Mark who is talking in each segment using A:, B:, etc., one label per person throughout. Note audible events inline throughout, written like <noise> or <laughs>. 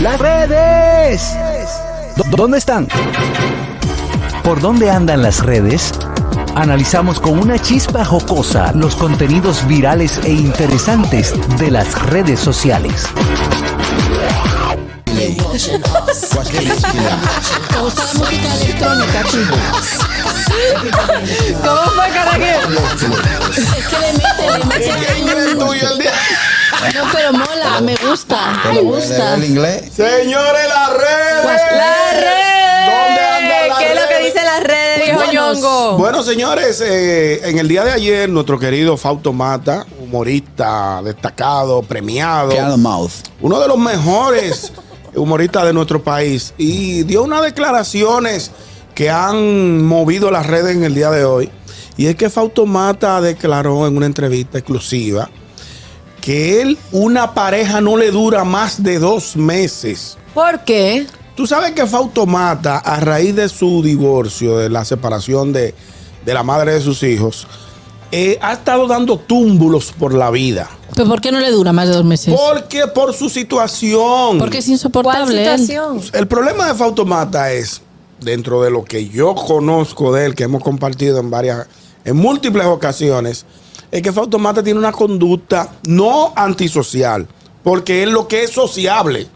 A: Las redes. ¿Dónde están? ¿Por dónde andan las redes? Analizamos con una chispa jocosa los contenidos virales e interesantes de las redes sociales.
B: Me gusta la música electrónica, chico.
C: ¿Cómo fue, Caraguero?
B: Es que le mete, le mete. No, pero mola, me gusta, me gusta.
D: el inglés?
E: Señores, las redes.
C: La red.
E: ¿Dónde andan las
C: ¿Qué es lo que
E: redes?
C: dice las redes, viejo
B: Cubanos.
C: ñongo?
E: Bueno, señores, eh, en el día de ayer, nuestro querido Fausto Mata, humorista destacado, premiado,
D: Cat and Mouth.
E: uno de los mejores humoristas de nuestro país, y dio unas declaraciones que han movido las redes en el día de hoy. Y es que Fausto Mata declaró en una entrevista exclusiva que él, una pareja, no le dura más de dos meses.
B: ¿Por qué?
E: Tú sabes que Fausto Mata, a raíz de su divorcio, de la separación de, de la madre de sus hijos, eh, ha estado dando túmbulos por la vida.
B: ¿Pero por qué no le dura más de dos meses?
E: Porque por su situación.
B: Porque es
C: ¿Cuál
B: insoportable. él.
C: situación?
E: El problema de Fausto Mata es, dentro de lo que yo conozco de él, que hemos compartido en varias, en múltiples ocasiones, es que Fausto Mata tiene una conducta no antisocial, porque es lo que es sociable,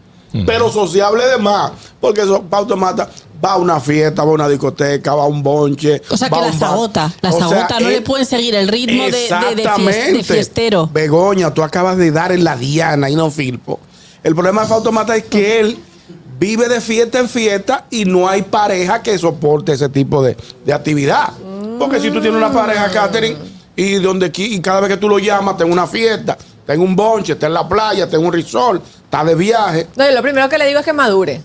E: pero sociable de más, porque eso, Fausto Mata va a una fiesta, va a una discoteca, va a un bonche.
B: O sea,
E: va
B: que
E: a
B: la
E: un bar.
B: sabota. La
E: O sea,
B: sabota no le
E: él-
B: pueden seguir el ritmo de, de- de fies- de
E: Exactamente.
B: fiestero.
E: Begoña, tú acabas de dar en la diana y no Filpo. El problema de Fausto Mata es que él vive de fiesta en fiesta y no hay pareja que soporte ese tipo de, de actividad. Porque si tú tienes una pareja, Catherine, y donde qui- y cada vez que tú lo llamas, tengo una fiesta, tengo un bonche, está en la playa, tengo un resort, está de viaje.
C: No, y lo primero que le digo es que madure.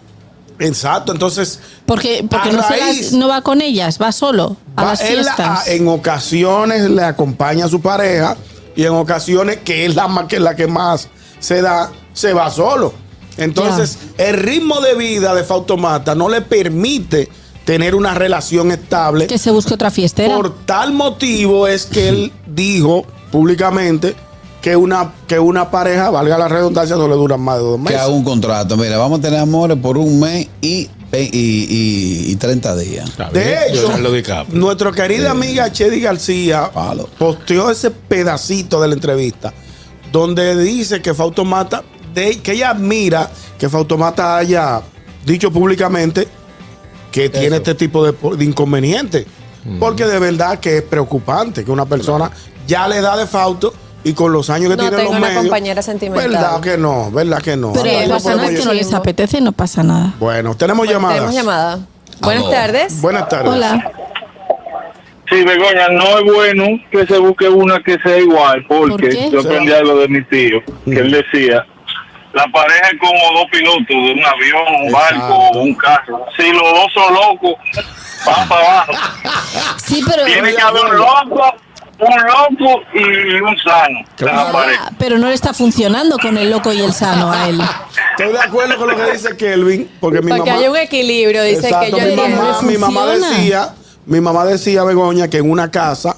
E: Exacto, entonces
B: Porque, porque
E: A
B: no, se
E: raíz-
B: va- no va con ellas, va solo a
E: Va-
B: las
E: él la-
B: fiestas.
E: a- en ocasiones le acompaña a su pareja y en ocasiones, que es la, ma- que, la que más se da, se va solo. Entonces, el ritmo de vida de Fausto Mata no le permite tener una relación estable.
B: que se busque otra fiestera.
E: Por tal motivo es que él dijo públicamente que una, que una pareja, valga la redundancia, no le dura más de dos
D: Que
E: meses.
D: haga un contrato. Mira, vamos a tener amores por un mes y, ve- y, y- y 30 días.
E: De hecho,
F: Leonardo DiCaprio.
E: nuestra querida amiga Chedi García
D: Palo.
E: posteó ese pedacito de la entrevista donde dice que Fausto Mata, de- que ella admira que Fausto Mata haya dicho públicamente que tiene este tipo de, po- de inconveniente. Porque de verdad que es preocupante que una persona ya le da de Fausto y con los años que
C: No
E: tiene
C: tenga
E: los
C: una
E: medios.
C: compañera sentimental.
E: Verdad que no, verdad que no.
B: Pero
C: Sí,
E: Ahora
B: hay
E: no
B: personas
C: pasa
E: podemos
C: nada
B: que
E: llegar-
B: no les apetece y no pasa nada.
E: Bueno, tenemos
C: Tenemos
E: llamadas.
C: llamada. Buenas tardes.
E: Buenas tardes.
B: Hola,
G: Sí, Begoña, no es bueno que se busque una que sea igual, porque
B: ¿Por qué?
G: yo aprendí algo de mi tío, que él decía, la pareja es como dos pilotos de un avión, un barco
E: Exacto.
G: o un carro. Si los dos son locos, van
B: <laughs>
G: para abajo.
B: Sí, pero,
G: Tiene que haber un loco, un loco y un sano en la pareja.
B: Ah, pero no le está funcionando con el loco y el sano a
C: <laughs>
B: él.
E: Estoy de acuerdo con lo que dice Kelvin, porque mi
C: Porque
E: mamá.
C: hay un equilibrio, dice
E: Exacto,
C: que yo
E: mi
C: diría,
E: mamá,
B: no le
E: mi mamá
B: funciona.
E: decía, mi mamá decía Begoña que en una casa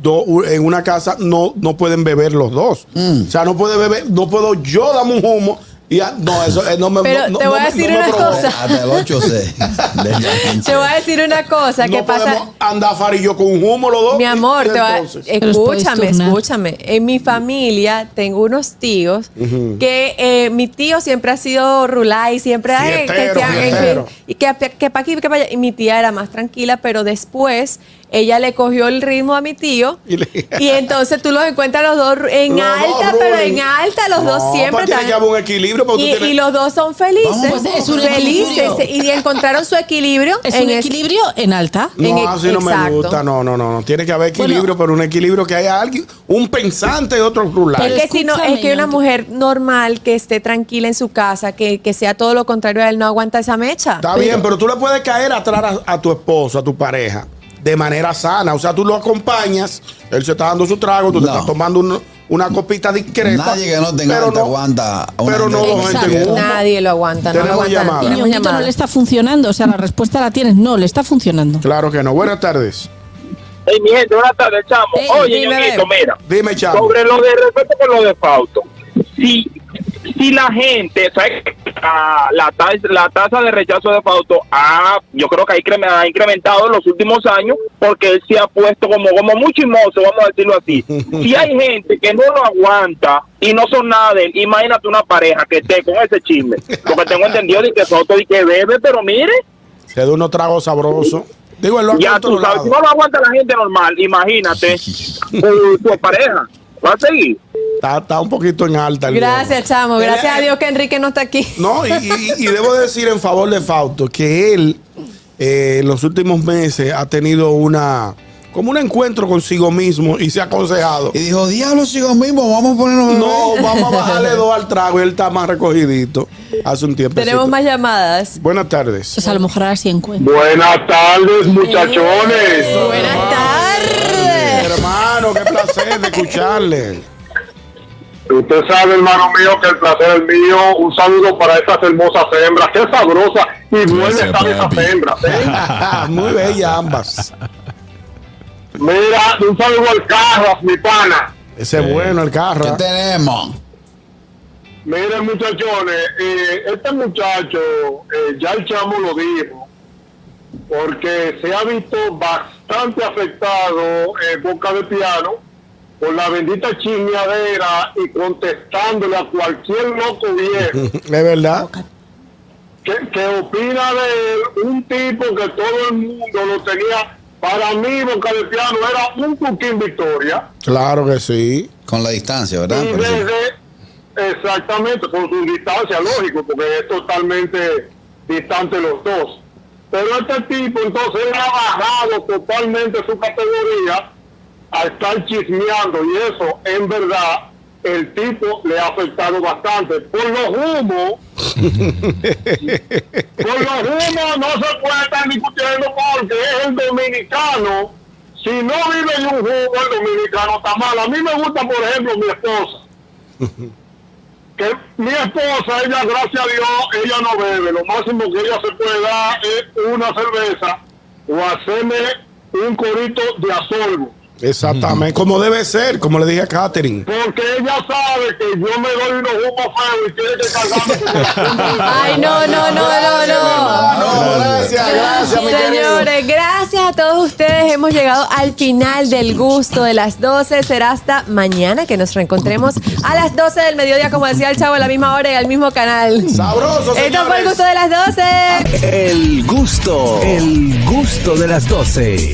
E: do- en una casa no, no pueden beber los dos. O sea, no puede beber, no puedo yo darme un humo y ya- no, eso eh, no me
C: Pero
E: no-
C: te
E: no
C: voy a
E: me-
C: decir
E: no me
C: una
E: provoca.
C: cosa.
D: Hasta
E: <laughs>
D: el 8C. del Yankee.
C: Te voy a decir una cosa que
E: no
C: pasa.
E: podemos andar Fari y yo con un humo los dos.
C: Mi amor, te va-
E: Entonces,
B: Los puedes
C: escúchame,
B: turnar.
C: escúchame. En mi familia tengo unos tíos que eh, mi tío siempre ha sido rulay, siempre "Ay, que-
E: Fiestero,
C: que- que-
E: fiestero.
C: y que, que pa' aquí, que pa' allá". Y mi tía era más tranquila, pero después ella le cogió el ritmo a mi tío
E: Y
C: y,
E: le- <laughs>
C: entonces tú los encuentras los dos
E: los
C: en
E: dos
C: alta, pero
E: ruling.
C: en alta los
E: No,
C: dos siempre
E: pues tiene
C: están-
E: que haber un equilibrio porque tú
C: y,
E: tienes-
C: y los dos son felices,
D: Vamos, pues, es un
C: felices
D: equilibrio.
C: y encontraron su equilibrio
B: Es
C: en
B: un
C: es-
B: equilibrio en alta.
C: en
E: No,
C: ex-
E: así no me
C: exacto.
E: gusta. No, no, no, no. Tiene que haber equilibrio, pero un equilibrio que haya alguien, un pensante y otro rural.
C: Es que si no, es
B: Escúchame,
C: que una
B: Nando.
C: mujer normal que esté tranquila en su casa, que, que sea todo lo contrario a él, no aguanta esa mecha.
E: Está bien, pero tú le puedes caer atrás a, a tu esposo, a tu pareja, de manera sana. O sea, tú lo acompañas, él se está dando su trago, tú te
D: No.
E: estás tomando un- una copita discreta.
D: Nadie que no tenga
E: pero
D: te aguanta a una
E: Pero no
D: gente
E: dos
D: que
E: gente en
D: quiere.
E: uno.
C: Nadie lo aguanta, no lo
E: Tenemos
C: aguanta.
E: llamada.
B: Y
C: Tenemos
B: Ñonguito
C: llamada.
B: no le está funcionando. O sea, la respuesta la tienes. No, le está funcionando.
E: Claro que no. Buenas tardes.
G: Ey, mi gente, buenas tardes, chamo.
C: Ey,
G: Oye,
C: dime,
G: Ñonguito,
C: bebé.
G: mira.
E: Dime, Chavo.
G: Sobre lo de respeto con lo de Fausto. Si
F: si la gente, ¿sabes? Ah, la, ta- la tasa de rechazo de Fausto, ah, yo creo que ha increme- ha incrementado en los últimos años porque él se ha puesto como, como muy chismoso, vamos a decirlo así. si hay gente que no lo aguanta y no son nada de él, imagínate una pareja que esté con ese chisme. Lo que tengo entendido es que Soto y que bebe, pero mire,
E: Se da unos tragos sabrosos. Digo, él lo ha
F: ya tú sabes,
E: controlado.
F: si no lo aguanta la gente normal,
H: <laughs>
F: imagínate tu, tu pareja. Va a seguir.
E: Está, está un poquito en alta. el
C: Gracias,
E: huevo.
C: chamo. Gracias
E: Eh,
C: a Dios que Enrique no está aquí.
E: No, y, y- y debo decir en favor de Fausto que él eh, en los últimos meses ha tenido una como un encuentro consigo mismo y se ha aconsejado.
D: Y dijo, diablo, sigo mismo, vamos a ponernos
E: No, vamos a bajarle dos al trago y él está más recogidito hace un tiempo.
C: <laughs> Tenemos más llamadas.
E: Buenas tardes.
B: Pues a lo mejor así encuentro.
G: Buenas tardes, muchachones.
C: Eh, Buenas tardes.
E: Hermano, qué placer de escucharle.
G: Usted sabe, hermano mío, que el placer es mío. Un saludo para estas hermosas hembras. Qué sabrosa y buena
H: Gracias,
G: están esas
H: papi.
G: hembras. ¿eh?
E: Muy bella ambas.
G: Mira, un saludo al Carras, mi pana.
E: Ese es bueno el carro. ¿eh?
D: ¿Qué tenemos?
G: Miren, muchachones, eh, este muchacho, eh, ya el chamo lo dijo, porque se ha visto bastante afectado eh, Boca de Piano por la bendita chismeadera y contestándole a cualquier loco
E: <laughs>
G: viejo
E: Es verdad.
G: ¿Qué, qué opina de él? un tipo que todo el mundo lo tenía? Para mí, Boca de Piano era un Cuquín Victoria.
E: Claro que sí.
D: Con la distancia, ¿verdad?
G: y
D: Pero sí.
G: desde, exactamente, con su distancia, lógico, porque es totalmente distante los dos. Pero este tipo, entonces, él ha bajado totalmente su categoría a estar chismeando, y eso, en verdad, el tipo le ha afectado bastante. Por los humos. Por los humos no se puede estar discutiendo porque es el dominicano. Si no vive en un jugo, el dominicano está mal. A mí me gusta, por ejemplo, mi esposa. que mi esposa, ella, gracias a Dios, ella no bebe. Lo máximo que ella se puede dar es una cerveza o hacerme un corito de azorbo.
E: Exactamente. Como debe ser, como le dije a Katherine.
G: Porque ella sabe que yo me doy unos humos feos y tiene que cargarme con el asunto.
C: Ay, no, no, no, no, no.
E: No, gracias, gracias, mi querido.
C: Señores, gracias a todos ustedes. Hemos llegado al final del gusto de las 12. Será hasta mañana que nos reencontremos a las 12 del mediodía, como decía el chavo, a la misma hora y al mismo canal.
E: Sabroso,
C: Esto fue el
E: señores.
C: gusto de las 12.
A: El gusto, el gusto de las 12.